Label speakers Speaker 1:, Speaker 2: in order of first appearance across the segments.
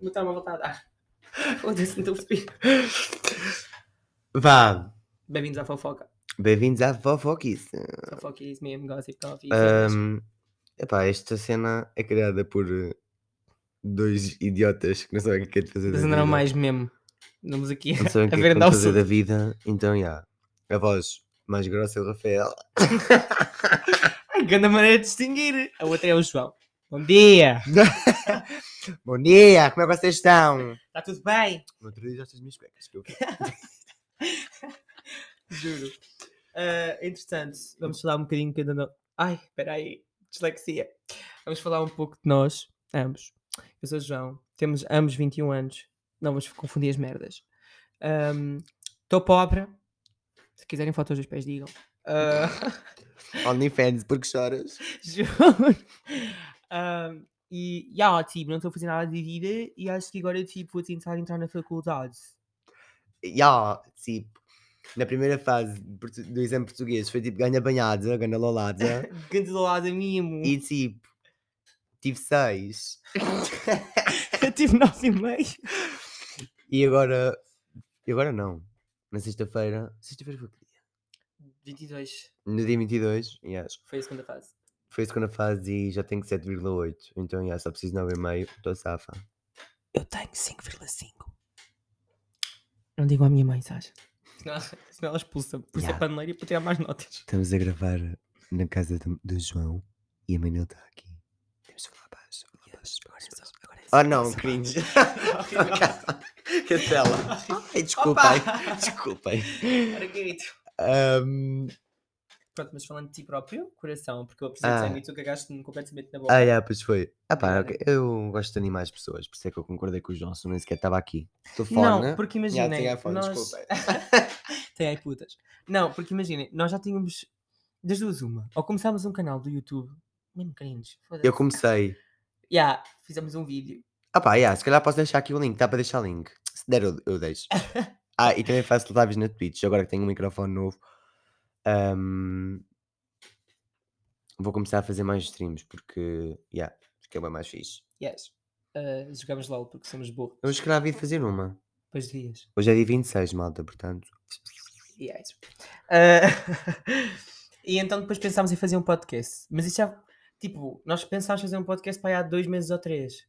Speaker 1: meu telemóvel está a dar. Foda-se, não estou a perceber.
Speaker 2: Vá,
Speaker 1: Bem-vindos à fofoca.
Speaker 2: bem-vindos à fofoquice.
Speaker 1: Fofoca é isso mesmo, gossip, coffee. fitness.
Speaker 2: Ahm, epá, esta cena é criada por eh, dois idiotas que não sabem o que é de fazer da
Speaker 1: Mas andaram
Speaker 2: vida.
Speaker 1: mais mesmo. Andamos aqui.
Speaker 2: Não sabem o
Speaker 1: a
Speaker 2: que é que
Speaker 1: ver
Speaker 2: é de
Speaker 1: andar o
Speaker 2: fazer
Speaker 1: sul.
Speaker 2: da vida. Então, já. A voz mais grossa é o Rafael.
Speaker 1: A grande maneira de distinguir. A outra é o João. Bom dia!
Speaker 2: Bom dia, como é que vocês estão?
Speaker 1: Está Tá tudo bem?
Speaker 2: No outro dia já fiz minhas cuecas. que eu-
Speaker 1: Juro. Ah, entretanto, vamos falar um bocadinho cada no... Ai, espera aí, dislexia. Vamos falar um pouco de nós, ambos. Eu sou o João, temos ambos 21 anos. Não vamos confundir as merdas. Estou pobre. Se quiserem fotos dos pés, digam. Ah,
Speaker 2: OnlyFans, porque choras?
Speaker 1: Juro. Ahm, e, yeah, tipo, não estou a fazer nada de vida e acho que agora, tipo, vou tentar entrar na faculdade.
Speaker 2: Ya, tipo, na primeira fase de portu- do exame português foi tipo ganha banhada, ganha lolada.
Speaker 1: Grande lado mesmo.
Speaker 2: e tipo, tive seis.
Speaker 1: Eu tive nove e meio.
Speaker 2: E agora. E agora não. Na sexta-feira. Sexta-feira foi que dia?
Speaker 1: 22
Speaker 2: No dia 22, yes,
Speaker 1: foi a segunda fase.
Speaker 2: foi a segunda fase e já tenho 7,8. Então, yes, só preciso de 9,5. Estou safa.
Speaker 1: Eu tenho 5,5. Não digo à minha mãe, sabes? Senão, senão ela expulsa-me por ser
Speaker 2: Yeah.
Speaker 1: paneleira e por tirar mais notas.
Speaker 2: Estamos a gravar na casa do, do João e a Manel está aqui. Temos um de falar baixo. falar baixo,
Speaker 1: é
Speaker 2: falar baixo. Oh não, cringe. Cancela. Ai, desculpem.
Speaker 1: Opa!
Speaker 2: Desculpem.
Speaker 1: Ora, querido.
Speaker 2: Um,
Speaker 1: Pronto, mas falando de ti próprio, coração, porque eu apresento
Speaker 2: Ah.
Speaker 1: sangue e tu cagaste-me completamente na boca.
Speaker 2: ah, yeah, pois foi. Ah, pá, ok, eu gosto de animar as pessoas, por isso é que eu concordei com o João, se não nem sequer estava aqui. Estou fora.
Speaker 1: Não, porque
Speaker 2: Já,
Speaker 1: imaginem.
Speaker 2: né? tem iPhone,
Speaker 1: nós...
Speaker 2: desculpem.
Speaker 1: tem aí putas. Não, porque imaginem, nós já tínhamos das duas uma. Ou começámos um canal do YouTube, mesmo cringe, foda-se.
Speaker 2: Eu comecei.
Speaker 1: Yeah, fizemos um vídeo.
Speaker 2: Ah, pá, yeah, se calhar posso deixar aqui o link, dá para deixar o link. Se der, eu, eu deixo. Ah, e também faço lives na Twitch, agora que tenho um microfone novo. Ahm, vou começar a fazer mais streams, porque, yeah, porque é bem mais fixe.
Speaker 1: Yes. Ah, jogámos LOL porque somos burros.
Speaker 2: Eu acho que lá havia de fazer uma.
Speaker 1: Depois de dias.
Speaker 2: Hoje é dia 26, malta, portanto.
Speaker 1: Yes. Ah, e então depois pensámos em fazer um podcast. Mas isso já. Tipo, nós pensámos fazer um podcast para aí há dois meses ou três.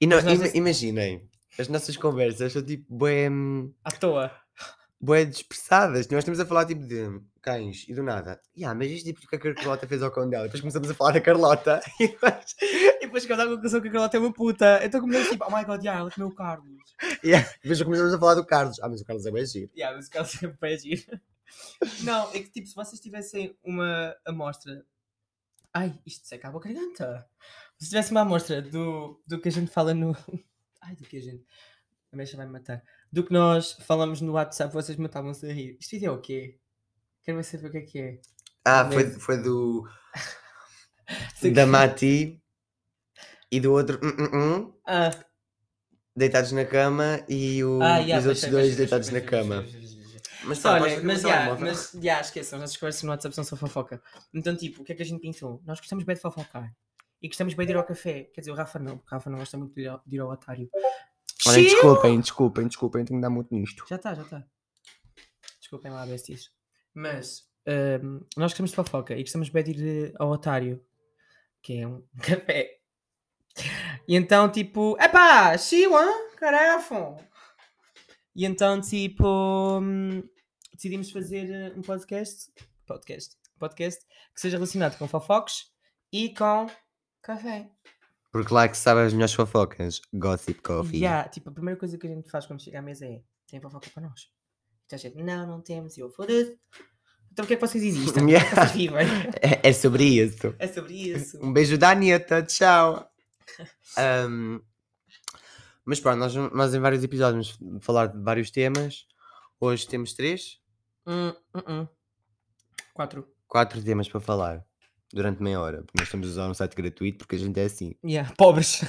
Speaker 2: E não,
Speaker 1: Mas nós
Speaker 2: ima-
Speaker 1: esse-
Speaker 2: imaginem, as nossas conversas são tipo bué, hum,
Speaker 1: À toa.
Speaker 2: bué dispersadas. Nós estamos a falar tipo de cães e do nada. Yeah, mas isto é porque a Carlota fez ao cão dela. Depois começamos a falar da Carlota. E depois-
Speaker 1: E depois que eu dava a conclusão que aquela tem uma puta. Então começamos tipo, oh my god, yeah, ela comeu o Carlos.
Speaker 2: Yeah. Depois começamos a falar do Carlos. Ah, mas o Carlos é bem giro.
Speaker 1: Yeah, mas o Carlos é bem giro. Não, é que tipo, se vocês tivessem uma amostra. Ai, isto seca a boca garganta. Se tivesse uma amostra do, do que a gente fala no. Ai, do que a gente. A mexa vai me matar. Do que nós falamos no WhatsApp, vocês matavam-se a rir. Isto é o quê? Quero bem saber o que é que é.
Speaker 2: Ah, foi,
Speaker 1: Mesmo.
Speaker 2: foi do.
Speaker 1: Sei
Speaker 2: da
Speaker 1: que-
Speaker 2: Mati e do outro. hum, hum, hum,
Speaker 1: Ah,
Speaker 2: deitados na cama e, o,
Speaker 1: ah,
Speaker 2: e
Speaker 1: yeah,
Speaker 2: os
Speaker 1: pois
Speaker 2: outros
Speaker 1: sei,
Speaker 2: dois
Speaker 1: pois sei,
Speaker 2: deitados
Speaker 1: pois sei,
Speaker 2: na
Speaker 1: pois sei,
Speaker 2: cama.
Speaker 1: pois sei, pois sei, pois sei.
Speaker 2: Mas tá,
Speaker 1: Olha,
Speaker 2: pronto, vamos
Speaker 1: mas
Speaker 2: começar,
Speaker 1: já,
Speaker 2: malta.
Speaker 1: mas já, esqueçam, as nossas conversas no WhatsApp são só fofoca. Então, tipo, o que é que a gente pensou? Nós gostamos bem de fofocar. E gostamos bem de ir ao café. Quer dizer, o Rafa não, porque o Rafa não gosta muito de ir ao, de ir ao otário.
Speaker 2: Olha,
Speaker 1: Chiu!
Speaker 2: desculpem, desculpem, desculpem, tenho que dar muito nisto.
Speaker 1: Já está, já está. Desculpem lá, besties. Mas, hum, nós gostamos de fofoca e gostamos bem de ir eh, ao otário, que é um café. E então, tipo, epá, chiu, hã? Carafo! E então, tipo, hum, decidimos fazer eh, um podcast, podcast, podcast, que seja relacionado com fofocos e com café.
Speaker 2: Porque lá é que se sabe as melhores fofocas. Gossip Coffee.
Speaker 1: E há, tipo, a primeira coisa que a gente faz quando chega à mesa é tem fofoca para nós. Então a gente, não, não temos, e eu foda-se. Então o que é que vocês existem?
Speaker 2: Yeah.
Speaker 1: Vocês vivem.
Speaker 2: É, é sobre isso.
Speaker 1: É sobre isso.
Speaker 2: Um beijo da Anitta, tchau. Ahm, mas pronto, nós, nós em vários episódios vamos falar de vários temas. Hoje temos três,
Speaker 1: Hum, hum, hum. Quatro.
Speaker 2: quatro temas para falar durante meia hora. Porque nós estamos a usar um site gratuito porque a gente é assim.
Speaker 1: Yeah, pobres.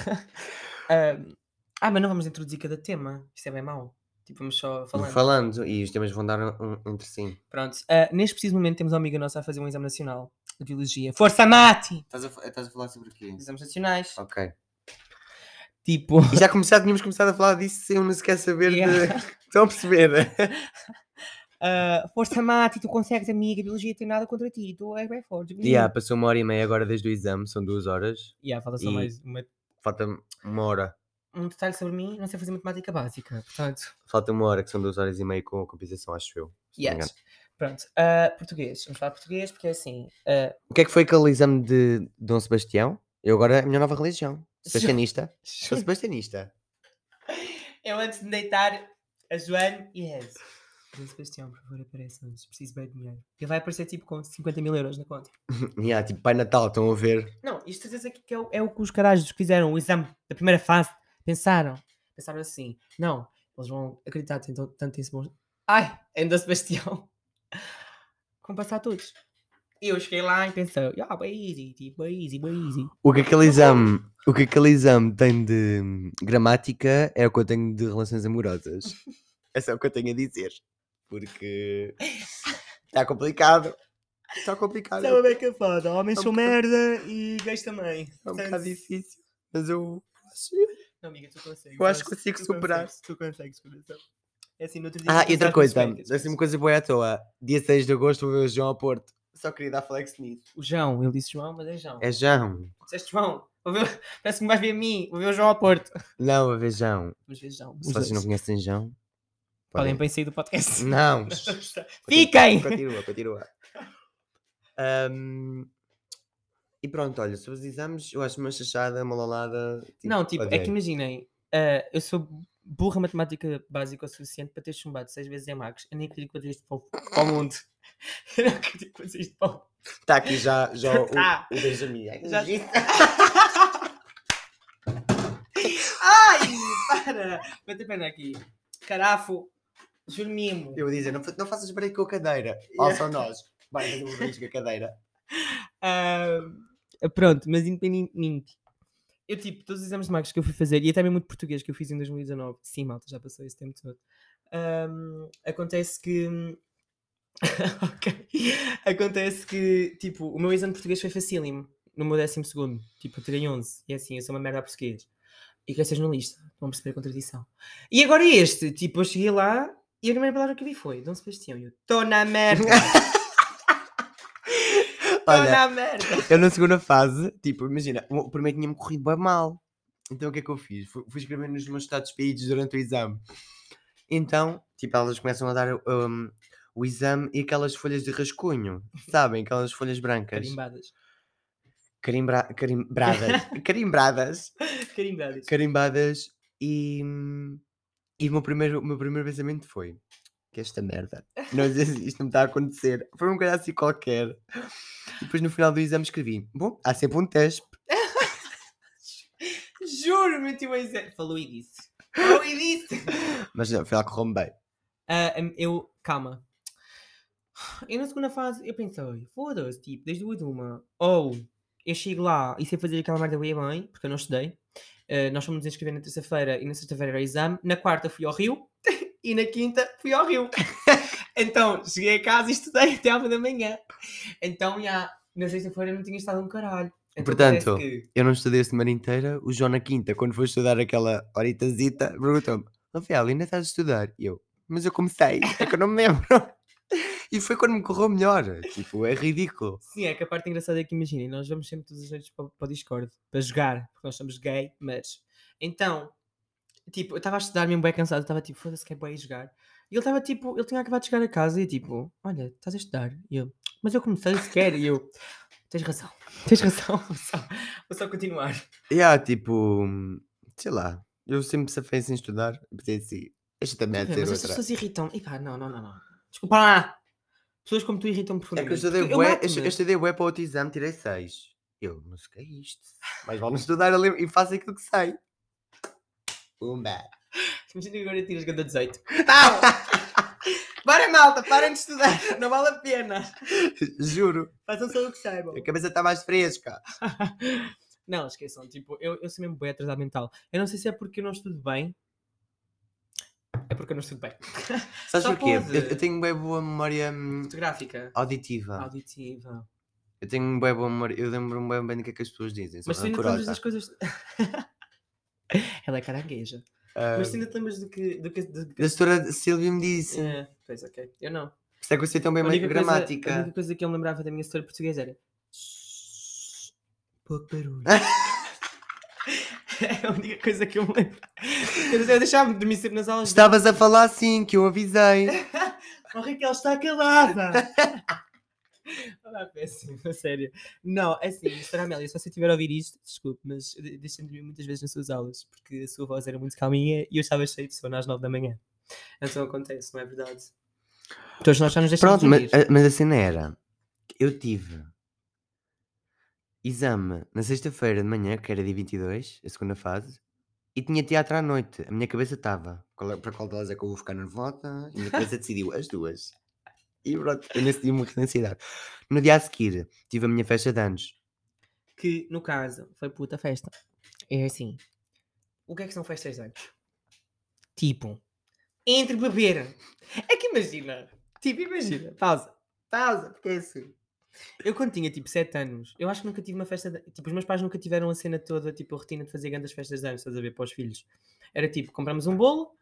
Speaker 1: Ahm, ah, mas não vamos introduzir cada tema. Isto é bem mau. Tipo, vamos só
Speaker 2: Falando.
Speaker 1: falando.
Speaker 2: e os temas vão dar um, um entre si.
Speaker 1: Pronto. Ah, neste preciso momento temos uma amiga nossa a fazer um exame nacional de biologia. Força, Mati!
Speaker 2: Estás a, falar sobre o quê?
Speaker 1: Exames nacionais.
Speaker 2: Ok.
Speaker 1: Tipo,
Speaker 2: E já começar, tínhamos começado a falar disso sem eu não sequer saber. de-
Speaker 1: Yeah.
Speaker 2: Estão a perceber?
Speaker 1: ah, força mate, tu consegues, amiga, biologia tem nada contra ti, tu és bem forte.
Speaker 2: yeah, passou uma hora e meia agora desde o exame, são duas horas.
Speaker 1: Yeah, falta só
Speaker 2: E-
Speaker 1: mais uma-
Speaker 2: Falta uma hora.
Speaker 1: um detalhe sobre mim, não sei fazer matemática básica, portanto.
Speaker 2: Falta uma hora, que são duas horas e meia com a compensação, acho eu. se não me engano.
Speaker 1: Yes. Pronto, ah, português, vamos falar de português porque é assim, ah,
Speaker 2: O que é que foi aquele exame de Dom Sebastião? Eu agora é a minha nova religião. Sebastianista. Sou Sebastianista.
Speaker 1: Eu antes de me deitar, a Joana e a Enzo. Sebastião, por favor, apareça-nos. Preciso bem de dinheiro. Ele vai aparecer tipo com 50 mil euros na conta.
Speaker 2: yeah, tipo, Pai Natal, estão a ver?
Speaker 1: Não, isto certeza que é o, é o que os carajos que fizeram o exame da primeira fase pensaram. Pensaram assim: não, eles vão acreditar tanto, tanto em Sebastião. Ai, ainda Sebastião. Vão passar todos. E eu cheguei lá e pensei: ah, bem easy, tipo, bem easy, bem easy.
Speaker 2: O que aquele exame, o que aquele exame tem de hum, gramática é o que eu tenho de relações amorosas. É só o que eu tenho a dizer. Porque está complicado. Está complicado. Tá
Speaker 1: Estava bem cafada, homens
Speaker 2: É um
Speaker 1: são
Speaker 2: bocado-
Speaker 1: merda e gays também.
Speaker 2: É um
Speaker 1: Portanto,
Speaker 2: bocado difícil. Mas eu.
Speaker 1: Não, amiga, tu consegues.
Speaker 2: Eu acho que
Speaker 1: tu-
Speaker 2: consigo
Speaker 1: tu
Speaker 2: superar.
Speaker 1: Consegues, tu consegues, coração. É assim, no outro dia
Speaker 2: Ah,
Speaker 1: tu
Speaker 2: e outra
Speaker 1: pensaste
Speaker 2: coisa.
Speaker 1: nos Vegas,
Speaker 2: Assim, uma
Speaker 1: mas-
Speaker 2: coisa boa à toa. Dia 6 de agosto vou ver o João ao Porto. Só queria dar flex nisso.
Speaker 1: O João, ele disse João, mas é João.
Speaker 2: É João.
Speaker 1: Disseste João, vou ver- parece que me vais ver a mim, vou ver o João ao Porto.
Speaker 2: Não, a ver João.
Speaker 1: Vamos ver João.
Speaker 2: Se vocês não conhecem João.
Speaker 1: Podem bem sair do podcast.
Speaker 2: Não. Continu-
Speaker 1: Fiquem!
Speaker 2: Continua, continua. Ahm, e pronto, olha, sobre os exames, eu acho uma chachada, uma lalada.
Speaker 1: Não, tipo, é que
Speaker 2: odiei.
Speaker 1: imaginem, ah, eu sou burra em matemática básica o suficiente para ter chumbado seis vezes em Max. Eu nem acredito que eu isto para o, para o mundo. Eu não acredito que eu isto para o
Speaker 2: Está Tá aqui já, já o,
Speaker 1: Tá.
Speaker 2: o Benjamin. Ai,
Speaker 1: Já-
Speaker 2: Jesus.
Speaker 1: Ai, para! Bate pena aqui. Carafo, juro-me.
Speaker 2: Eu ia dizer, não, fa- não faças break com a cadeira. Olha só nós. Vai fazer um break com a cadeira.
Speaker 1: Ah, pronto, mas independentemente. Eu, tipo, todos os exames de magos que eu fui fazer, e até mesmo de português que eu fiz em 2019, sim, malta, já passou esse tempo todo. Ahm, acontece que. ok. Acontece que, tipo, o meu exame de português foi facílimo, no meu décimo segundo. Tipo, eu tirei 11, e é assim, eu sou uma merda a português. E quero ser jornalista, vão perceber a contradição. E agora este, tipo, eu cheguei lá e a primeira palavra que vi foi Dom Sebastião, e eu, tô na merda, tô
Speaker 2: Olha,
Speaker 1: na merda.
Speaker 2: eu na segunda fase, tipo, imagina, o o primeiro tinha-me corrido bem mal. Então o que é que eu fiz? Fui, fui escrever nos meus estados pedidos durante o exame. Então, tipo, elas começam a dar hum, o exame e aquelas folhas de rascunho, sabem? Aquelas folhas brancas.
Speaker 1: Carimbadas.
Speaker 2: Carimbra... Carimbradas. Carimbradas.
Speaker 1: Carimbadas.
Speaker 2: Carimbadas. E, e o, meu primeiro, o meu primeiro pensamento foi: que esta merda. Não sei se isto não me está a acontecer. Foi um bocado assim qualquer. E depois no final do exame escrevi: bom, há sempre um teste.
Speaker 1: Juro, meti o exame. Falou e disse. Falou e disse.
Speaker 2: Mas não, afinal correu-me bem.
Speaker 1: Ah, hum, eu, calma. Eu na segunda fase, eu pensei, foda-se, tipo, desde duas uma. Ou eu chego lá e sei fazer aquela merda bem bem, porque eu não estudei. Ah, nós fomos nos inscrever na terça-feira e na sexta-feira era o exame. Na quarta fui ao Rio e na quinta fui ao Rio. então, cheguei a casa e estudei até à uma da manhã. Então, já, na sexta-feira não tinha estado um caralho. Então, parece
Speaker 2: Portanto,
Speaker 1: que-
Speaker 2: Eu não estudei a semana inteira. O João na quinta, quando foi estudar aquela horitazita, perguntou-me: Rafael, ainda estás a estudar? E eu: Mas eu comecei, é que eu não me lembro. E foi quando me correu melhor. Tipo, é ridículo.
Speaker 1: Sim, é que a parte engraçada é que imaginem, nós vamos sempre todas as noites para, para o Discord para jogar, porque nós somos gay, mas. Então, tipo, eu estava a estudar mesmo bem cansado, estava tipo, foda-se que é bem jogar. E ele estava tipo, ele tinha acabado de chegar a casa e tipo, olha, estás a estudar? E eu, mas eu comecei sequer, e eu, tens razão, tens razão, vou só, vou só continuar.
Speaker 2: E há tipo, sei lá, eu sempre safei sem estudar. Pensei assim: Esta também é
Speaker 1: Mas
Speaker 2: de ser
Speaker 1: as
Speaker 2: outra.
Speaker 1: pessoas irritam, e pá, não, não, não, não. Desculpa lá! Pessoas como tu irritam
Speaker 2: É que
Speaker 1: profundamente.
Speaker 2: eu estudei
Speaker 1: porque
Speaker 2: bué, eu
Speaker 1: mato-me.
Speaker 2: eu estudei bué para outro exame, tirei 6. Eu não sei o que é isto. Mas vale estudar eu lembro- e faço aquilo que sei. Pumba.
Speaker 1: Imagina que agora tiras ganda 18. Não! Para malta, parem de estudar, não vale a pena.
Speaker 2: Juro,
Speaker 1: Façam só o que saibam.
Speaker 2: a cabeça está mais fresca.
Speaker 1: Não, esqueçam, tipo, eu, eu sou mesmo bem atrasado mental. Eu não sei se é porque eu não estudo bem. É porque eu não estudo bem.
Speaker 2: Sabes
Speaker 1: Só
Speaker 2: porquê? Eu,
Speaker 1: pode.
Speaker 2: eu tenho bem boa memória hum, Ah.
Speaker 1: Fotográfica,
Speaker 2: auditiva.
Speaker 1: auditiva.
Speaker 2: Eu tenho bem boa memória. Eu lembro-me bem, bem do que é que as pessoas dizem. Sou
Speaker 1: Mas tu ainda todas
Speaker 2: rancorosa.
Speaker 1: as coisas. Ela é carangueja.
Speaker 2: Ah,
Speaker 1: Mas tu ainda te lembras do que. Do que, do que-
Speaker 2: a senhora Silvia me disse. Por
Speaker 1: É, pois, ok. Eu não.
Speaker 2: isso é que eu sei tão bem
Speaker 1: A única
Speaker 2: mais
Speaker 1: coisa-
Speaker 2: gramática.
Speaker 1: a única coisa que eu me lembrava da minha história portuguesa era. Pouco barulho. é a única coisa que eu me lembro. Eu deixava-me de dormir sempre nas aulas. de-
Speaker 2: Estavas a falar assim, que eu avisei.
Speaker 1: Oh, Raquel, está acabada! Olá, é péssimo, a sério. Não, é assim, Sra. Amélia, se você estiver a ouvir isto, desculpe, mas de- deixei-me dormir muitas vezes nas suas aulas, porque a sua voz era muito calminha e eu estava cheio de sono às 9 da manhã. Então acontece, não é verdade? Todos nós já nos deixamos
Speaker 2: Pronto, mas,
Speaker 1: dormir.
Speaker 2: a- mas a cena era: eu tive exame na sexta-feira de manhã, que era dia 22, a segunda fase, e tinha teatro à noite. A minha cabeça estava. Qual é- Para qual delas é que eu vou ficar nervosa? E a minha cabeça decidiu as duas. E pronto, eu nesse dia morri de ansiedade. No dia a seguir, tive a minha festa de anos.
Speaker 1: Que, no caso, foi puta festa. É assim, o que é que são festas de anos? Tipo, entre beber. É que imagina, tipo, imagina, pausa.
Speaker 2: Pausa, porque é assim.
Speaker 1: Eu quando tinha tipo 7 anos, eu acho que nunca tive uma festa. de- Tipo, os meus pais nunca tiveram a cena toda, tipo, a rotina de fazer grandes festas de anos, estás a ver, para os filhos. Era tipo, compramos um bolo.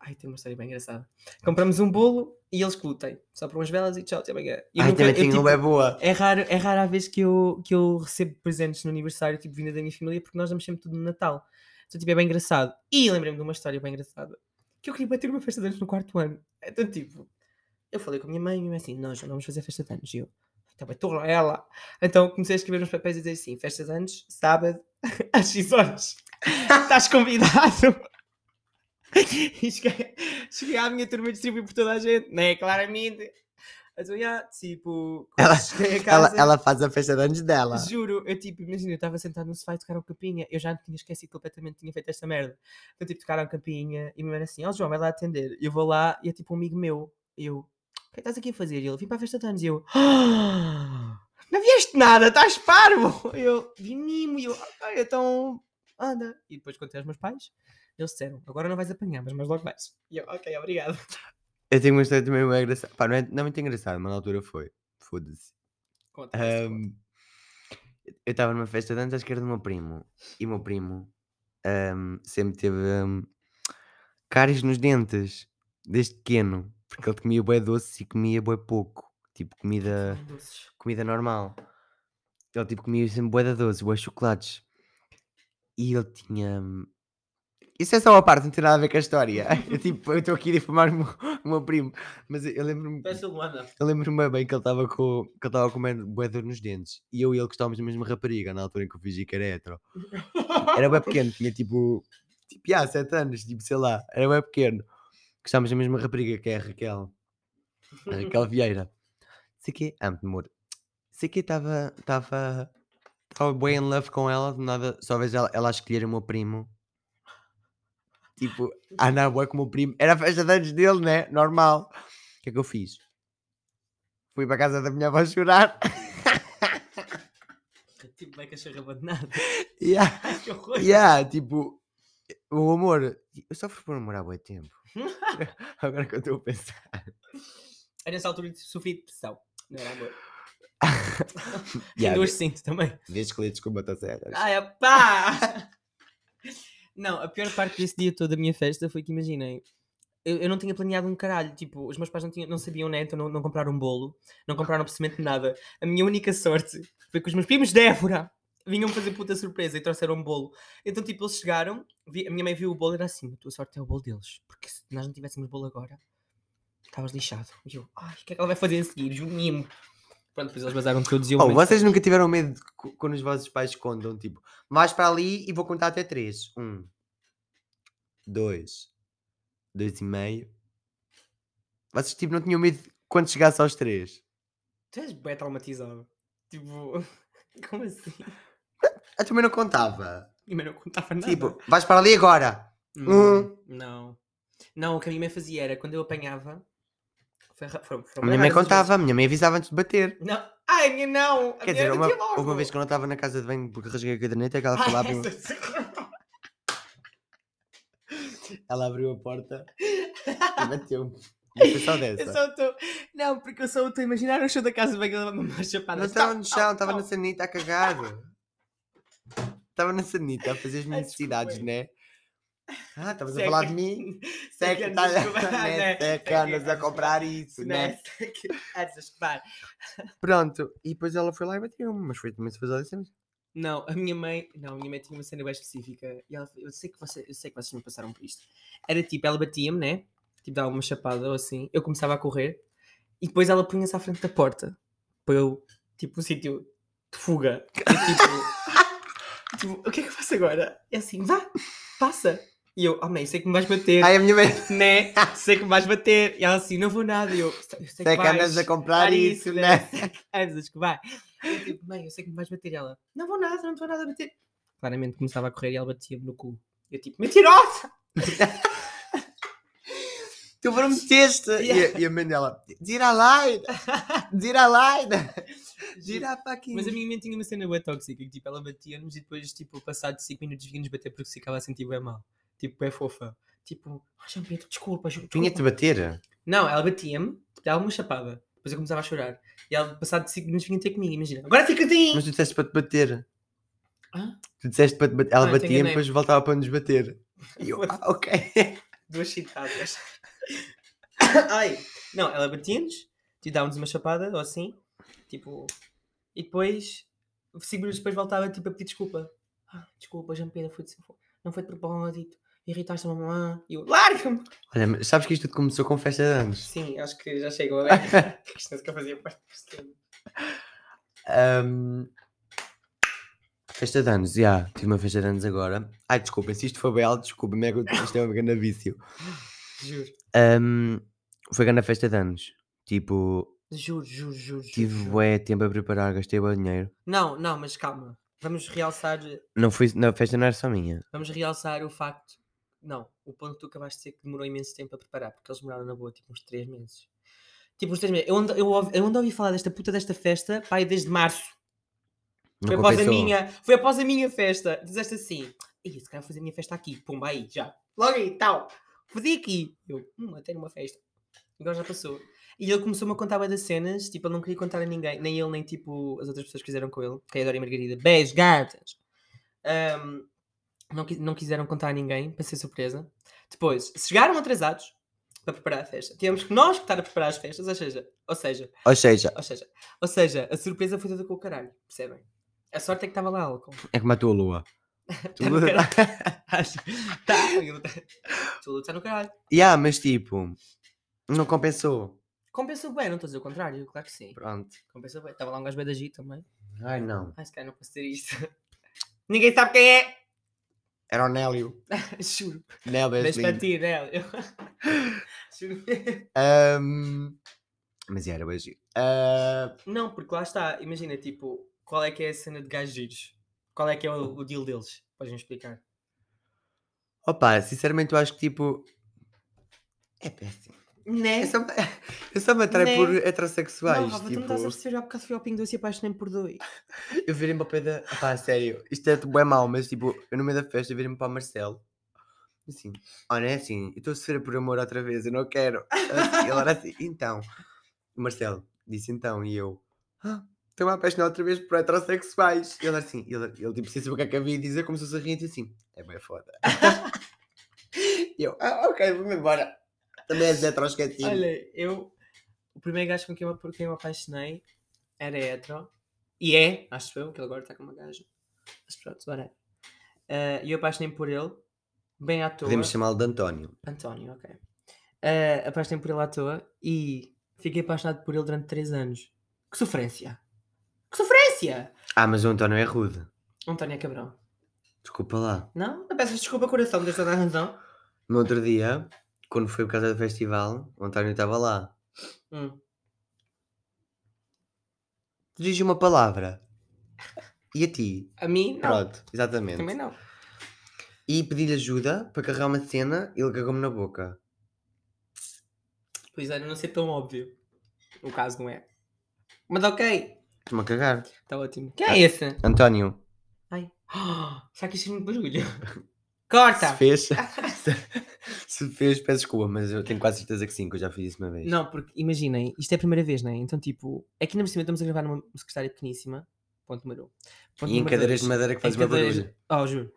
Speaker 1: Ai, tem uma história bem engraçada. Compramos um bolo e eles que lutem. Só para umas velas e tchau, até amanhã. E eu
Speaker 2: Ai,
Speaker 1: nunca-
Speaker 2: também
Speaker 1: eu,
Speaker 2: tinha um
Speaker 1: tipo,
Speaker 2: uma boa.
Speaker 1: é raro, é raro a vez que eu, que eu recebo presentes no aniversário, tipo, vinda da minha família, porque nós damos sempre tudo no Natal. Então, tipo, é bem engraçado. E lembrei-me de uma história bem engraçada. Que eu queria bater uma festa de anos no quarto ano. Então, tipo, eu falei com a minha mãe e minha mãe assim, nós não vamos fazer festa de anos. E eu, também estou lá, ela. Então, comecei a escrever uns papéis e dizer assim, festa de anos, sábado, às 6 horas. Estás convidado. E cheguei, cheguei à minha turma e distribuí por toda a gente, né? Claramente. Então, yeah, tipo, quando
Speaker 2: Ela-
Speaker 1: cheguei a
Speaker 2: Ela,
Speaker 1: casa-
Speaker 2: ela faz a festa de anos dela.
Speaker 1: Juro, eu tipo, imagina, eu estava sentado no sofá e tocaram campinha. Eu já tinha esquecido completamente que tinha feito esta merda. Então, tipo, tocaram campinha e me era assim: Ó João, vai lá atender. E Eu vou lá e é tipo um amigo meu. E Eu, o que é que estás aqui a fazer? E ele, vim para a festa de anos. E eu, "Ah, não vieste nada, estás parvo. E Eu, vim mimo. E eu, ok, então anda. E depois contei aos meus pais. Eles disseram: agora não vais apanhar, mas mais logo vais. E eu, ok, obrigado.
Speaker 2: Eu tenho uma história também bem engraçada. Pá, não é, não é muito engraçada, mas na altura foi. Foda-se.
Speaker 1: Conta, conta, conta.
Speaker 2: Ahm, eu estava numa festa de anos à esquerda do meu primo. E o meu primo ahm, sempre teve ahm, cáries nos dentes, desde pequeno. Porque ele comia bué doce e comia bué pouco. Tipo, comida,
Speaker 1: Ai, doces.
Speaker 2: comida normal. Ele tipo comia sempre bué de doce, bué de chocolates. E ele tinha... hum, Isso é só uma parte, não tem nada a ver com a história. Eu tipo, eu estou aqui a difamar o meu, o meu primo. Mas eu, eu lembro-me...
Speaker 1: Peço a Luana.
Speaker 2: Eu lembro-me bem que ele estava com que ele estava com uma bué dor nos dentes e eu e ele gostávamos da mesma rapariga na altura em que eu fingi que era hétero. Era bem pequeno, tinha tipo tipo há sete anos, tipo sei lá, era bem pequeno. Gostávamos da mesma rapariga que é a Raquel, a Raquel Vieira. Sei que amo-te, amor. Sei que estava estava estava bem in love com ela, do nada só vejo ela, ela a escolher o meu primo. Tipo, a andar bué com o meu primo. Era a festa de anos dele, né? Normal. O que é que eu fiz? Fui para a casa da minha avó chorar.
Speaker 1: Tipo, vai cachorro abandonado.
Speaker 2: Yeah,
Speaker 1: Ai, que horror.
Speaker 2: yeah, tipo, o amor. Eu sofro por amor há muito tempo. Agora que eu estou a pensar.
Speaker 1: Era nessa altura que sofri depressão. Não era amor.
Speaker 2: Yeah,
Speaker 1: Ainda hoje sinto também.
Speaker 2: vê- Vês esqueletos com motosserras.
Speaker 1: Ai, pá! não, a pior parte desse dia todo da minha festa foi que, imaginem, eu, eu não tinha planeado um caralho. Tipo, os meus pais não, tinham, não sabiam, né? Então não, não compraram bolo, não compraram absolutamente nada. A minha única sorte foi que os meus primos de Évora vinham fazer puta surpresa e trouxeram um bolo. Então, tipo, eles chegaram, vi- a minha mãe viu o bolo e era assim: a tua sorte é o bolo deles, porque se nós não tivéssemos bolo agora, estavas lixado. E eu, ai, o que é que ela vai fazer a seguir? Um mimo. Pronto, depois eles bazaram todos e eu.
Speaker 2: Oh,
Speaker 1: muito
Speaker 2: vocês
Speaker 1: feliz.
Speaker 2: nunca tiveram medo de cu- quando os vossos pais contam, tipo, vais para ali e vou contar até três. Um, dois, dois e meio. Vocês, tipo, não tinham medo quando chegasse aos três?
Speaker 1: Tu és bem traumatizado. Tipo, como assim?
Speaker 2: Eu também não contava.
Speaker 1: Primeiro eu não contava nada.
Speaker 2: Tipo, vais para ali agora.
Speaker 1: Hum, não. Não, o que a minha mãe fazia era quando eu apanhava. Foi, ra- foram- foram
Speaker 2: A minha mãe
Speaker 1: raras as vezes-
Speaker 2: contava, a minha mãe avisava antes de bater.
Speaker 1: Não. Ai, a minha não! A
Speaker 2: Quer
Speaker 1: minha
Speaker 2: dizer,
Speaker 1: era
Speaker 2: uma,
Speaker 1: de
Speaker 2: houve uma
Speaker 1: logo.
Speaker 2: vez que eu não estava na casa de banho porque rasguei a caderneta, que ela foi lá,
Speaker 1: Ai,
Speaker 2: abriu,
Speaker 1: essa-
Speaker 2: ela abriu a porta e bateu-me. Mas Foi só
Speaker 1: Eu
Speaker 2: dessa.
Speaker 1: só estou. Não, porque eu só estou a imaginar o show Então,
Speaker 2: tá
Speaker 1: da casa bem que ela me uma chapada.
Speaker 2: Não estava no chão, estava na sanita a cagar. Estava na sanita a fazer as minhas
Speaker 1: Ah, desculpa.
Speaker 2: necessidades, né? Ah, estavas a
Speaker 1: Seca.
Speaker 2: falar de mim?
Speaker 1: Sei
Speaker 2: Seca,
Speaker 1: que
Speaker 2: tá,
Speaker 1: andas a comprar,
Speaker 2: né?
Speaker 1: né?
Speaker 2: Seca,
Speaker 1: Sei que
Speaker 2: andas a
Speaker 1: andas a
Speaker 2: comprar isso, né?
Speaker 1: Né? Andas a escovar.
Speaker 2: Pronto, e depois ela foi lá e bateu-me, mas foi também se fazer a licença.
Speaker 1: Não, a minha mãe, não, a minha mãe tinha uma cena bem específica. E ela, eu sei que você, eu sei que vocês me passaram por isto. Era tipo, ela batia-me, né? Tipo, dava uma chapada ou assim. Eu começava a correr e depois ela punha-se à frente da porta para eu, tipo, um sítio de fuga. E, tipo, tipo, o que é que eu faço agora? É assim, vá, passa. E eu, ah, mãe, sei que me vais bater,
Speaker 2: Ai, a minha mãe,
Speaker 1: né? Sei que me vais bater. E ela assim, não vou nada. E eu, eu sei que
Speaker 2: seca, andas
Speaker 1: vais
Speaker 2: a comprar isso, né?
Speaker 1: andas que vai. Eu tipo, mãe, eu sei que me vais bater. E Ela, não vou nada, não estou nada a bater. Claramente começava a correr e ela batia-me no cu. Eu tipo, mentirosa!
Speaker 2: Tu prometeste! E, a- e a mãe dela, gira a Laida! Gira a Laida! Gira a fucking...
Speaker 1: Mas a minha mãe tinha uma cena bué tóxica, que tipo, ela batia-nos e depois, tipo, passado 5 minutos vinha-nos bater porque ficava a sentir bué mal. Tipo, é fofa. Tipo, ah, João Pedro, desculpa, João,
Speaker 2: Vinha-te
Speaker 1: desculpa."
Speaker 2: bater?
Speaker 1: Não, ela batia-me, tipo, dava-me uma chapada. Depois eu começava a chorar. E ela, passado 5 minutos, vinha ter comigo, imagina. Agora fica assim!
Speaker 2: Mas tu disseste para te bater.
Speaker 1: Hã?
Speaker 2: Tu disseste para te bater. Ela
Speaker 1: Ah, eu te
Speaker 2: batia e
Speaker 1: enganei.
Speaker 2: depois voltava para nos bater. E eu, ah, ok.
Speaker 1: Duas chitadas. Ai! Não, ela batia-nos, tipo, dava-nos uma chapada ou assim, tipo. E depois, cinco minutos depois voltava tipo, a pedir desculpa. Ah, desculpa, Jean Pedro, foi de não foi de propósito, irritaste a mamãe. E eu, larga-me!
Speaker 2: Olha, mas sabes que isto tudo começou com festa de anos.
Speaker 1: Sim, acho que já chegou a ver. que isto não que eu fazia parte do sistema.
Speaker 2: Ahm, Festa de anos, já. tive uma festa de anos agora. Ai, desculpem, se isto foi bem alto, desculpem, é que isto é um grande vício.
Speaker 1: Juro,
Speaker 2: Ahm, foi grande a festa de anos. Tipo,
Speaker 1: juro, juro, juro. juro,
Speaker 2: tive
Speaker 1: juro.
Speaker 2: bué tempo a preparar, gastei bué dinheiro.
Speaker 1: Não, não, mas calma. Vamos realçar,
Speaker 2: Não fui, na festa não era só minha.
Speaker 1: vamos realçar o facto. Não, o ponto que tu acabaste de dizer que demorou imenso tempo a preparar, porque eles demoraram na boa tipo uns 3 meses. Tipo uns 3 meses. Eu ando, eu, ouvi- eu ando a ouvir falar desta puta desta festa, pai, desde março.
Speaker 2: Não
Speaker 1: Foi após a
Speaker 2: compensou.
Speaker 1: minha, foi após a minha festa. Dizeste assim, "Ih, se calhar vou fazer a minha festa aqui, pumba aí, já. Logo aí, tal. Fazia aqui. Eu, hum, até numa festa. Agora já passou. E ele começou-me a contar bué das cenas, tipo, ele não queria contar a ninguém, nem ele, nem tipo as outras pessoas que fizeram com ele, que é a Dora e a Margarida. Beijo, gatas! Ahm, não, qui- não quiseram contar a ninguém, para ser surpresa. Depois, chegaram atrasados para preparar a festa. Tivemos que nós que estar a preparar as festas, ou seja, ou seja,
Speaker 2: Ou seja,
Speaker 1: ou seja, ou seja, a surpresa foi toda com o caralho, percebem? A sorte é que estava lá álcool.
Speaker 2: é como a tua lua.
Speaker 1: Tá
Speaker 2: Tu-
Speaker 1: no caralho. Acho- tá, aquilo tá- tudo está no caralho.
Speaker 2: Ya, mas tipo, não compensou.
Speaker 1: Compensou bem, não estou a dizer o contrário, claro que sim.
Speaker 2: Pronto.
Speaker 1: Compensou bem. Estava lá um gajo bem da G também.
Speaker 2: Ai não.
Speaker 1: Ai, se calhar não posso dizer isto. Ninguém sabe quem é!
Speaker 2: Era o Nélio.
Speaker 1: Juro.
Speaker 2: Nélio é
Speaker 1: Deixa para
Speaker 2: lindo.
Speaker 1: ti, né? Eu- Juro.
Speaker 2: Ahm, Mas era o giro. Ah,
Speaker 1: Não, porque lá está, imagina, tipo, qual é que é a cena de gajos giros? Qual é que é o, o deal deles? Podes-me explicar?
Speaker 2: Opa, sinceramente eu acho que tipo. É péssimo.
Speaker 1: Né?
Speaker 2: Eu só, eu só me atrai
Speaker 1: Né?
Speaker 2: por heterossexuais.
Speaker 1: não, Rafa, tu não estás a
Speaker 2: tipo,
Speaker 1: perceber, há bocado fui ao Pingo Doce e apaixonei-me por dois.
Speaker 2: eu virei-me para o pé da. Opa, sério, isto é bem mau, mas tipo, eu no meio da festa virei-me para o Marcelo. Assim, olha, é assim, eu estou a sofrer por amor outra vez, eu não quero. Assim, ele era assim, então. O Marcelo disse então, e eu. Ah, estou-me a apaixonar outra vez por heterossexuais. Ele era assim, ele, ele tipo, sem saber o que é que havia de dizer, começou a rir e disse assim: é bem foda. e eu, ah, ok, vou-me embora. Também és heterossexual.
Speaker 1: Olha, eu. O primeiro gajo com quem eu, por quem eu me apaixonei era hetero. E é, acho eu, que ele agora está com uma gaja. Mas pronto, agora é. E eu apaixonei-me por ele, bem à toa.
Speaker 2: Podemos chamá-lo de António.
Speaker 1: António, ok. Eh, apaixonei-me por ele à toa e fiquei apaixonado por ele durante 3 anos. Que sofrência! Que sofrência!
Speaker 2: Ah, mas o António é rude.
Speaker 1: António é cabrão.
Speaker 2: Desculpa lá.
Speaker 1: Não? Eu peço desculpa, coração, tens toda a razão.
Speaker 2: No outro dia, quando foi por causa do festival, o António estava lá.
Speaker 1: Hum.
Speaker 2: Dirige uma palavra. E a ti?
Speaker 1: A mim, não.
Speaker 2: Pronto, exatamente.
Speaker 1: Também não.
Speaker 2: E pedi-lhe ajuda para carregar uma cena e ele cagou-me na boca.
Speaker 1: Pois é, não ser tão óbvio. No caso, não é. Mas ok.
Speaker 2: Estou-me a cagar.
Speaker 1: Está ótimo. Quem é esse?
Speaker 2: António,
Speaker 1: Ai. Ah, será que isto é muito barulho? Corta!
Speaker 2: se fez. se- se fez, peço desculpa, mas eu tenho quase certeza que sim, que eu já fiz isso uma vez.
Speaker 1: Não, porque imaginem, isto é a primeira vez, não é? Então, tipo, aqui na cima estamos a gravar numa secretária pequeníssima. Ponto número um. Ponto
Speaker 2: E em
Speaker 1: número
Speaker 2: cadeiras de
Speaker 1: dois.
Speaker 2: madeira que
Speaker 1: Em
Speaker 2: faz uma
Speaker 1: cadeiras-
Speaker 2: barulho.
Speaker 1: Oh, juro.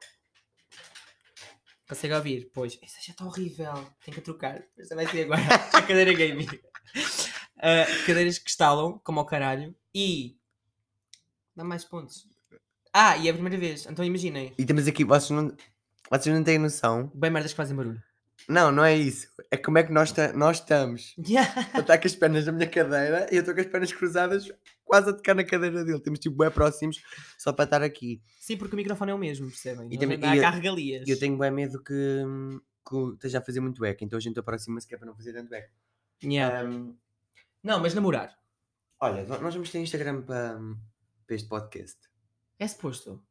Speaker 1: Consegue ouvir? Pois. Isso já está horrível. Tenho que trocar. Esta vai ser agora. A cadeira gaming. Ah, cadeiras que estalam, como ao caralho. E. Dá mais pontos. Ah, e é a primeira vez. Então imaginem.
Speaker 2: E temos aqui, vocês não, vocês não têm noção.
Speaker 1: Bem merdas que fazem barulho.
Speaker 2: Não, não é isso. É como é que nós, ta- nós estamos.
Speaker 1: Yeah.
Speaker 2: Ele está com as pernas na minha cadeira e eu estou com as pernas cruzadas, quase a tocar na cadeira dele. Temos tipo bem próximos só para estar aqui.
Speaker 1: Sim, porque o microfone é o mesmo, percebem?
Speaker 2: E
Speaker 1: E
Speaker 2: também-
Speaker 1: também
Speaker 2: e eu-
Speaker 1: dá carregalias.
Speaker 2: E eu tenho bem medo que, hum, que o- esteja a fazer muito eco, então a gente aproxima-se que é para não fazer tanto eco.
Speaker 1: Yeah.
Speaker 2: Hum,
Speaker 1: Não, mas namorar.
Speaker 2: olha, va- nós vamos ter Instagram para, hum, para este podcast.
Speaker 1: É suposto.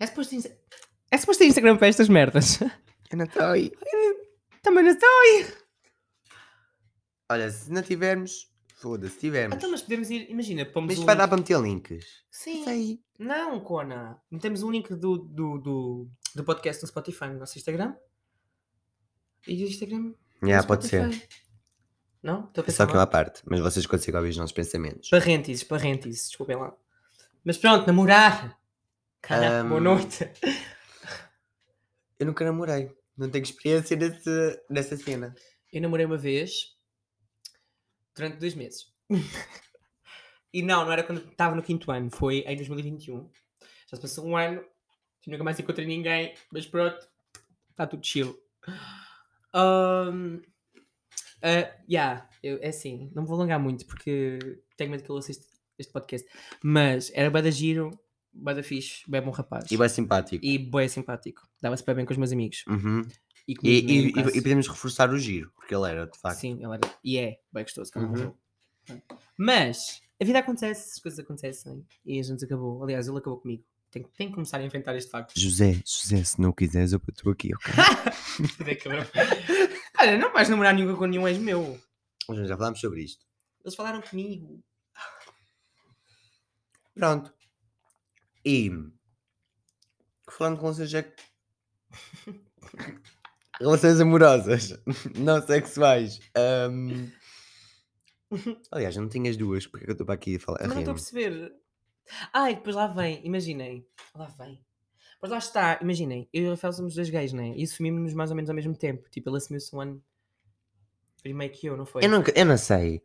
Speaker 1: É suposto. ter- É suposto ter Instagram para estas merdas.
Speaker 2: Eu não sei.
Speaker 1: Também não está.
Speaker 2: Olha, se não tivermos, foda-se, se tivermos.
Speaker 1: Então, mas podemos ir. Imagina, pomos.
Speaker 2: Mas isto
Speaker 1: um
Speaker 2: vai
Speaker 1: link-
Speaker 2: dar para meter links.
Speaker 1: Sim.
Speaker 2: Isso aí.
Speaker 1: Não, Cona. Metemos um link do, do, do, do podcast no Spotify no nosso Instagram. E o Instagram. no
Speaker 2: Yeah, pode ser.
Speaker 1: Spotify. Não? Estou a
Speaker 2: É
Speaker 1: pensar.
Speaker 2: só que é
Speaker 1: mal.
Speaker 2: uma parte, mas vocês conseguem ouvir os nossos pensamentos.
Speaker 1: Parênteses, parênteses, desculpem lá. Mas pronto, namorar. Cara,
Speaker 2: Ahm.
Speaker 1: boa noite.
Speaker 2: Eu nunca namorei. Não tenho experiência nesse, nessa cena.
Speaker 1: Eu namorei uma vez durante dois meses. e não, não era quando estava no quinto ano, foi em 2021. Já se passou um ano, nunca mais encontrei ninguém, mas pronto, está tudo chill. Ahm, ah, yeah, eu- é assim, não me vou alongar muito porque tenho medo que ele assista este podcast. Mas era bué da giro, bué da fixe, bem bom rapaz.
Speaker 2: E vai simpático.
Speaker 1: E bué simpático. Dava-se bué bem com os meus amigos.
Speaker 2: Uhum.
Speaker 1: E
Speaker 2: E,
Speaker 1: comigo,
Speaker 2: e-
Speaker 1: né, no
Speaker 2: e-
Speaker 1: caso.
Speaker 2: e podemos reforçar o giro, porque ele era, de facto.
Speaker 1: Sim, ele era. E é bem gostoso. cada um
Speaker 2: Uhum.
Speaker 1: jogo. Mas a vida acontece, as coisas acontecem e a gente acabou. Aliás, ele acabou comigo. Tenho, tenho que começar a enfrentar este facto.
Speaker 2: José, José, se não quiseres, eu estou aqui, ok?
Speaker 1: Fudeu, cabrão. Olha, não vais namorar nunca com nenhum ex meu.
Speaker 2: Nós já falámos sobre isto.
Speaker 1: Eles falaram comigo.
Speaker 2: Pronto. E. Falando é de relações. ac- relações amorosas, não sexuais. ahm, Aliás, eu não tinha as duas, porque é que eu estou para aqui a falar?
Speaker 1: Mas não estou a
Speaker 2: rir-me?
Speaker 1: perceber. Ai, depois lá vem, imaginem. Lá vem. Mas lá está, imaginem. Eu e o Rafael somos dois gays, né? E assumimos-nos mais ou menos ao mesmo tempo. Tipo, ele assumiu-se um ano primeiro que eu, não foi?
Speaker 2: Eu não, eu não sei.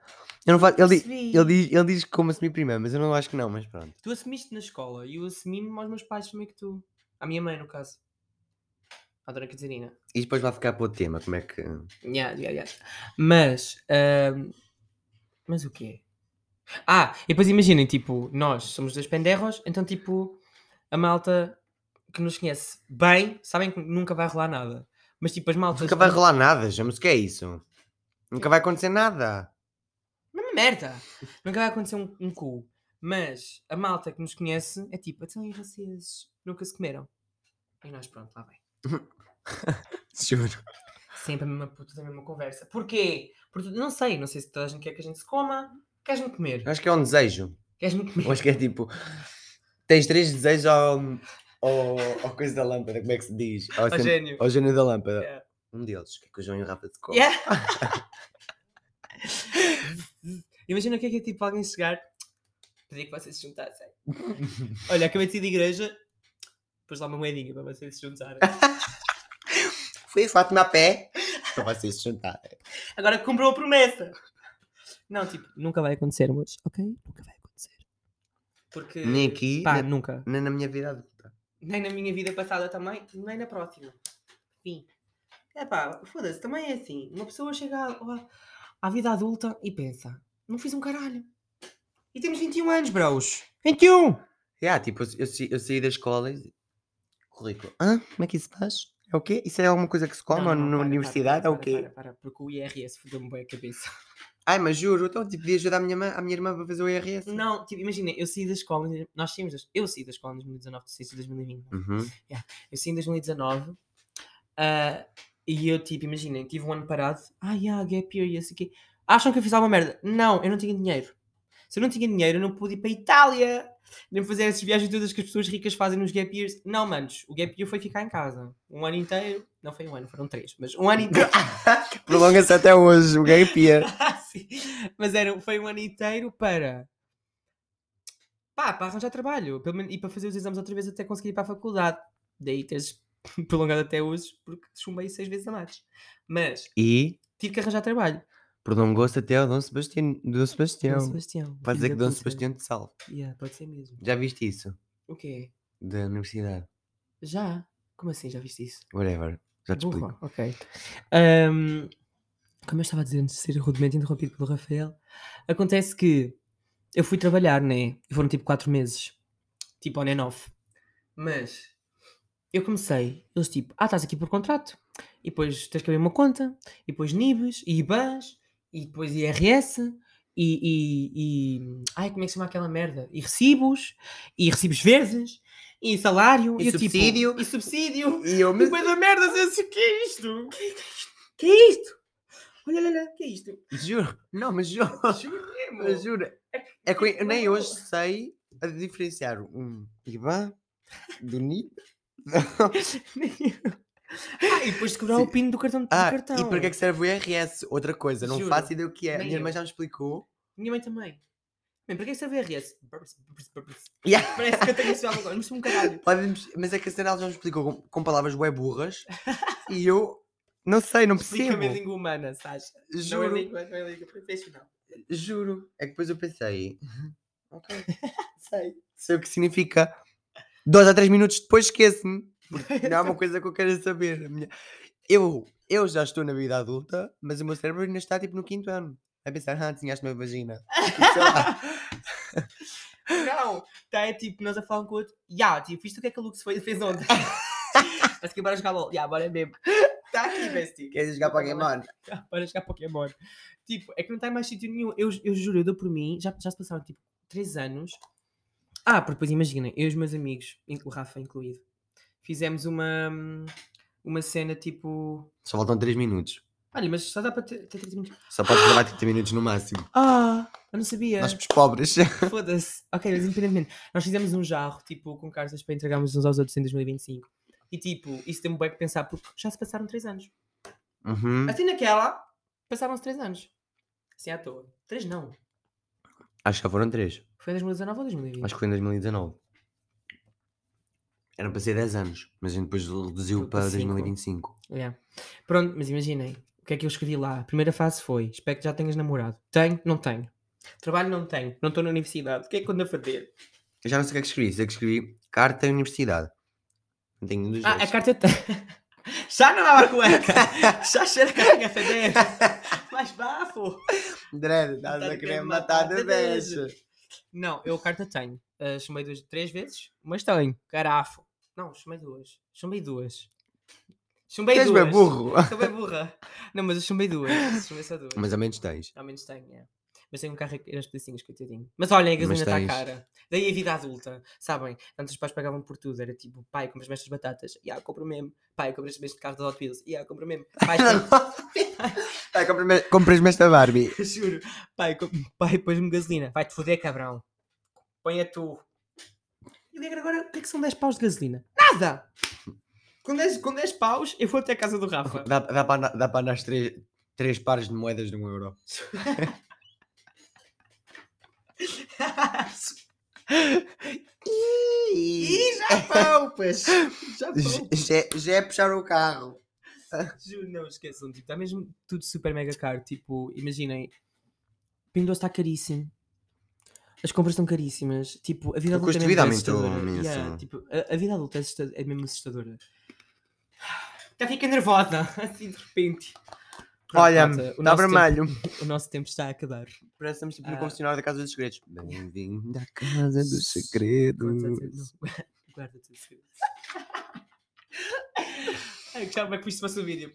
Speaker 2: Eu não faço, ele, di-
Speaker 1: percebi.
Speaker 2: ele, diz, ele diz como assumir primeiro, mas eu não acho que não, mas pronto.
Speaker 1: Tu assumiste na escola e eu assumi-me aos meus pais também que tu. À minha mãe, no caso. À Dona Catarina.
Speaker 2: E depois vai ficar para o tema, como é que.
Speaker 1: Yeah, yeah, yeah. Mas. ahm, Mas o quê? Ah, e depois imaginem, tipo, nós somos dois penderros, então, tipo, a malta que nos conhece bem, sabem que nunca vai rolar nada. Mas, tipo, as maltas.
Speaker 2: Nunca vai rolar nada, chama-se o que é isso. Nunca vai acontecer nada.
Speaker 1: Mesma "É merda! Nunca vai acontecer um, um cu. Mas a malta que nos conhece é tipo, então e vocês nunca se comeram? E nós, pronto, lá vai.
Speaker 2: Juro.
Speaker 1: Sempre a mesma puta da mesma conversa. Porquê? Porque não sei, não sei se toda a gente quer que a gente se coma. Queres-me comer?
Speaker 2: Eu acho que é um desejo.
Speaker 1: Queres-me
Speaker 2: Eu
Speaker 1: comer?
Speaker 2: acho que é tipo. Tens três desejos ao. ao, ao coisa da lâmpada, como é que se diz? Ao, cen-
Speaker 1: gênio.
Speaker 2: ao gênio da lâmpada.
Speaker 1: Yeah.
Speaker 2: Um deles, que é que o João e o Rafa de cor.
Speaker 1: Yeah. Imagina o que é que é tipo alguém chegar, pedir que vocês se juntassem. Olha, acabei de sair da igreja, pus lá uma moedinha para vocês se juntarem.
Speaker 2: Fui a Fátima a pé. Para vocês se juntarem.
Speaker 1: Agora cumpriu a promessa. Não, tipo, nunca vai acontecer, mas ok, nunca vai acontecer. Porque.
Speaker 2: Nem aqui,
Speaker 1: Pá,
Speaker 2: nem,
Speaker 1: nunca.
Speaker 2: nem na minha vida adulta.
Speaker 1: Nem na minha vida passada também, nem na próxima. Fim. É pá, foda-se, também é assim. Uma pessoa chega à, à- à vida adulta e pensa: não fiz um caralho. E temos 21 anos, bros. 21!
Speaker 2: Yeah, tipo, eu, eu, sa- eu saí da escola e. Currículo. Hã? Como é que isso faz? É o quê? Isso é alguma coisa que se come ou na universidade?
Speaker 1: para,
Speaker 2: é o quê?
Speaker 1: Para, para, porque o IRS fodeu-me bem a cabeça.
Speaker 2: Ai, mas juro, então tipo, podia ajudar a minha, mãe- a minha irmã para fazer o IRS.
Speaker 1: Não, tipo, imagina, eu saí da escola, em- nós saímos, das- eu saí da escola em 2019, tu saíste em 2020.
Speaker 2: Uhum.
Speaker 1: Eu saí em 2019 ah, e eu, tipo, imaginem, tive um ano parado. Ah, yeah, gap year e assim que. Acham que eu fiz alguma merda? Não, eu não tinha dinheiro. Se eu não tinha dinheiro, eu não pude ir para a Itália, nem fazer essas viagens todas que as pessoas ricas fazem nos gap years. Não, manos, o gap year foi ficar em casa. Um ano inteiro. Não foi um ano, foram três, mas um ano inteiro.
Speaker 2: Prolonga-se até hoje, o gay pia.
Speaker 1: Sim. mas era, foi um ano inteiro para pá, para arranjar trabalho pelo menos- e para fazer os exames outra vez até conseguir ir para a faculdade. Daí teres prolongado até hoje, porque chumbei seis vezes a mais. Mas
Speaker 2: E
Speaker 1: tive que arranjar trabalho.
Speaker 2: prolongou-se até o Dom Sebastião. Dom Sebastião.
Speaker 1: Dom Sebastião.
Speaker 2: Pode dizer
Speaker 1: filho
Speaker 2: que
Speaker 1: da
Speaker 2: Dom
Speaker 1: puta.
Speaker 2: Sebastião te salve.
Speaker 1: Yeah, pode ser mesmo.
Speaker 2: Já viste isso?
Speaker 1: O quê?
Speaker 2: Da universidade.
Speaker 1: Já? Como assim? Já viste isso?
Speaker 2: Whatever. Já te
Speaker 1: Burro,
Speaker 2: explico.
Speaker 1: ok. Ahm, como eu estava a dizer antes de ser rudemente interrompido pelo Rafael, acontece que eu fui trabalhar, né? E foram tipo 4 meses. Tipo on and off. Mas eu comecei, eles tipo, ah, estás aqui por contrato. E depois tens que abrir uma conta. E depois NIBs, e IBANs, e depois IRS. E, e, e- ai, como é que se chama aquela merda? E recibos, e recibos verdes, e salário,
Speaker 2: E
Speaker 1: eu, tipo,
Speaker 2: subsídio.
Speaker 1: e subsídio,
Speaker 2: E eu
Speaker 1: mas da merda, o que é isto? Que, que é isto? Que é isto? Olha, olha, olha, que é isto?
Speaker 2: Juro. Não, mas juro.
Speaker 1: Juro
Speaker 2: Eu
Speaker 1: mesmo.
Speaker 2: juro. É que eu nem hoje sei a diferenciar um Ivan do NIP.
Speaker 1: ah, e depois de cobrar
Speaker 2: Sim.
Speaker 1: o pino do cartão.
Speaker 2: Ah,
Speaker 1: do cartão.
Speaker 2: e para que é que serve o IRS? Outra coisa, não
Speaker 1: Juro.
Speaker 2: faço ideia o que é.
Speaker 1: Nem
Speaker 2: Minha irmã
Speaker 1: eu.
Speaker 2: já me explicou.
Speaker 1: Minha mãe também. Bem, para que é que serve a RS? Burps, burps, burps.
Speaker 2: Yeah.
Speaker 1: Parece que eu tenho isso agora, mas sou um caralho.
Speaker 2: Podem- mas é que a Senal já me explicou com, com palavras bué burras e eu não sei, não percebo.
Speaker 1: Explica-me a língua humana, Sasha. Não é
Speaker 2: Juro,
Speaker 1: língua, não é língua profissional.
Speaker 2: juro. É que depois eu pensei, ok,
Speaker 1: Sei.
Speaker 2: sei o que significa. Dois a três minutos depois esqueço-me. porque Não é uma coisa que eu quero saber. A minha- Eu, eu já estou na vida adulta, mas o meu cérebro ainda está tipo no quinto ano. A pensar, ah, desenhaste uma vagina. Tipo, sei lá.
Speaker 1: Não, tá, é tipo, nós a falar um com o outro. Ya, tipo, isto o que é que a Lux foi- fez ontem? Mas que bora jogar bola. Ya, bora mesmo. Está aqui, bestie.
Speaker 2: Queres jogar
Speaker 1: Nunca mais-
Speaker 2: Pokémon?
Speaker 1: para jogar Pokémon. Tipo, é que não está em mais sítio nenhum. Eu, eu juro, eu dou por mim, já, já se passaram tipo 3 anos. Ah, porque depois imaginem, eu e os meus amigos, in- o Rafa incluído, fizemos uma, hum, uma cena tipo.
Speaker 2: Só faltam três minutos.
Speaker 1: Olha, mas só dá para ter, ter 30 minutos.
Speaker 2: Só podes gravar 30 minutos no máximo.
Speaker 1: Ah, eu não sabia.
Speaker 2: Nós, os pobres.
Speaker 1: Foda-se. Ok, mas independentemente. Nós fizemos um jarro, tipo, com cartas para entregarmos uns aos outros em 2025. E tipo, isso deu-me bem que pensar, porque já se passaram 3 anos.
Speaker 2: Uhum.
Speaker 1: Assim naquela, passaram-se 3 anos. Assim à toa. 3 não.
Speaker 2: Acho que já foram três.
Speaker 1: Foi em 2019 ou 2020?
Speaker 2: Acho que foi em 2019. Era para ser 10 anos, mas a gente depois reduziu
Speaker 1: Foi
Speaker 2: para
Speaker 1: para cinco.
Speaker 2: 2025.
Speaker 1: Yeah. Pronto, mas imaginem, o que é que eu escrevi lá? A primeira fase foi: espero que já tenhas namorado. Tenho, não tenho. Trabalho, não tenho. Não estou na universidade. O que é que eu ando a fazer?
Speaker 2: Eu já não sei o que é que escrevi. Sei que escrevi carta à universidade. Não tenho nenhum dos
Speaker 1: Ah,
Speaker 2: dois.
Speaker 1: a carta eu tenho. Já não dava cueca. Já cheira que eu tenho a feder. Mais bafo.
Speaker 2: André, estás a querer matar de deixa.
Speaker 1: Não, eu a carta tenho. Ah, chamei duas, três vezes, mas tenho. Garafo. Não, chamei duas. Chamei duas. Chumbei
Speaker 2: Tens
Speaker 1: duas.
Speaker 2: bem burro.
Speaker 1: Sou bem burra. Não, mas eu chamei duas. Chamei só duas.
Speaker 2: Mas ao menos tens.
Speaker 1: Ao menos tenho, é. Mas tenho um carro que era pedacinhos, coitadinho. Mas olhem, a
Speaker 2: Mas
Speaker 1: gasolina está
Speaker 2: tens.
Speaker 1: cara. Daí a vida adulta, sabem? Antes os pais pagavam por tudo. Era tipo, pai, compras-me estas batatas. E ah, compro mesmo. Pai, compras-me este carro da Hot Wheels. E ah, compro mesmo. Pai,
Speaker 2: Ai, compras-me- Compras-me esta Barbie.
Speaker 1: eu juro. Pai, com... pai pôs-me gasolina. Vai-te foder, cabrão. Põe a tu. E o que é que agora? O que é que são 10 paus de gasolina? Nada! Com 10, com 10 paus, eu vou até a casa do Rafa.
Speaker 2: Dá, dá para andar- dá para andar as três, três pares de moedas de um euro.
Speaker 1: Ih, já poupas! Já poupas!
Speaker 2: Já é- Já é puxar o carro.
Speaker 1: Juro, não, esqueçam. Tipo, está mesmo tudo super mega caro. Tipo, imaginem, Pingo Doce está caríssimo. As compras estão caríssimas. Tipo, a vida
Speaker 2: O
Speaker 1: adulta
Speaker 2: custo de
Speaker 1: é
Speaker 2: vida
Speaker 1: mesmo
Speaker 2: aumentou
Speaker 1: assustadora.
Speaker 2: imenso.
Speaker 1: Yeah, tipo, a, a vida adulta é, assusta- é mesmo assustadora. Já fica nervosa, assim de repente. Pronto,
Speaker 2: Olha,
Speaker 1: malta, o
Speaker 2: está
Speaker 1: nosso tempo-
Speaker 2: tá vermelho.
Speaker 1: o nosso tempo está a acabar.
Speaker 2: Parece que estamos tipo no
Speaker 1: Ah.
Speaker 2: confessionário da Casa dos Segredos. Bem-vindo à Casa dos
Speaker 1: Shhh, Guarda-te, não,
Speaker 2: Segredos.
Speaker 1: guarda- Guarda-te esse segredo. Ai, que chama que isto fosse o vídeo.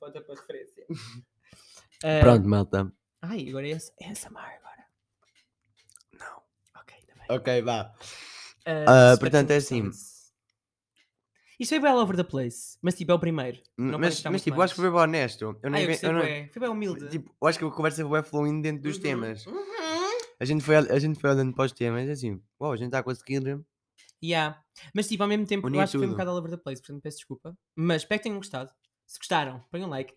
Speaker 1: Bota para referência. Ah,
Speaker 2: Pronto, malta.
Speaker 1: Ai, agora é esse- é essa mar agora.
Speaker 2: Não.
Speaker 1: Ok, ainda bem.
Speaker 2: Ok, vá.
Speaker 1: Ah,
Speaker 2: Ah, portanto, é
Speaker 1: Spectrum
Speaker 2: assim.
Speaker 1: Sounds. Isto foi bem all over the place, mas tipo, é o primeiro. Não pode
Speaker 2: mas
Speaker 1: estar
Speaker 2: mas
Speaker 1: muito
Speaker 2: tipo, eu acho que
Speaker 1: mais.
Speaker 2: foi bem honesto. Eu
Speaker 1: Ah,
Speaker 2: nem
Speaker 1: eu
Speaker 2: ve-
Speaker 1: gostei
Speaker 2: eu não-
Speaker 1: bué. Foi bem humilde.
Speaker 2: Tipo, eu acho que a conversa foi fluindo dentro dos
Speaker 1: Uhum,
Speaker 2: temas.
Speaker 1: uhum.
Speaker 2: A gente, foi, a gente foi olhando para os temas assim, uau, a gente está a conseguir.
Speaker 1: Yeah. Mas tipo, ao mesmo tempo,
Speaker 2: Uniu
Speaker 1: eu acho que foi um
Speaker 2: tudo.
Speaker 1: bocado all over the place, portanto peço desculpa. Mas espero que tenham gostado. Se gostaram, põem um like.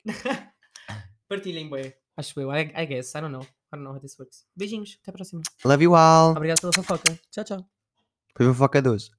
Speaker 1: Partilhem bem. Acho eu, I, I guess, I don't know. I don't know how this works. Beijinhos, até a próxima.
Speaker 2: Love you all.
Speaker 1: Obrigado pela fofoca. Tchau, tchau.
Speaker 2: Foi fofoca de hoje.